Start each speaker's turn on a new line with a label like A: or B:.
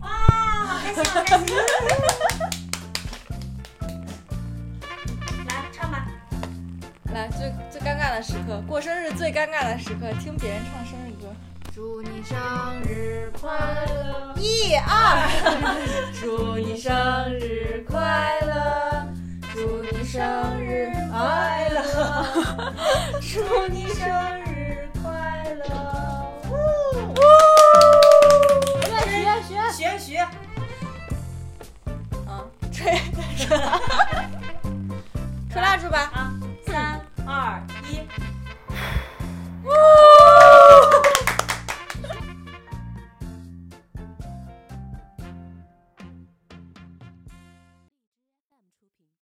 A: 啊笑，开心。来唱吧，
B: 来，最最尴尬的时刻，过生日最尴尬的时刻，听别人唱生日歌。
C: 祝你生日快乐，
B: 一二，
C: 祝你生日快乐，祝你生日 快乐，祝你生日快乐。 学学学！
A: 学学。
B: 嗯，吹吹蜡烛吧。
C: 啊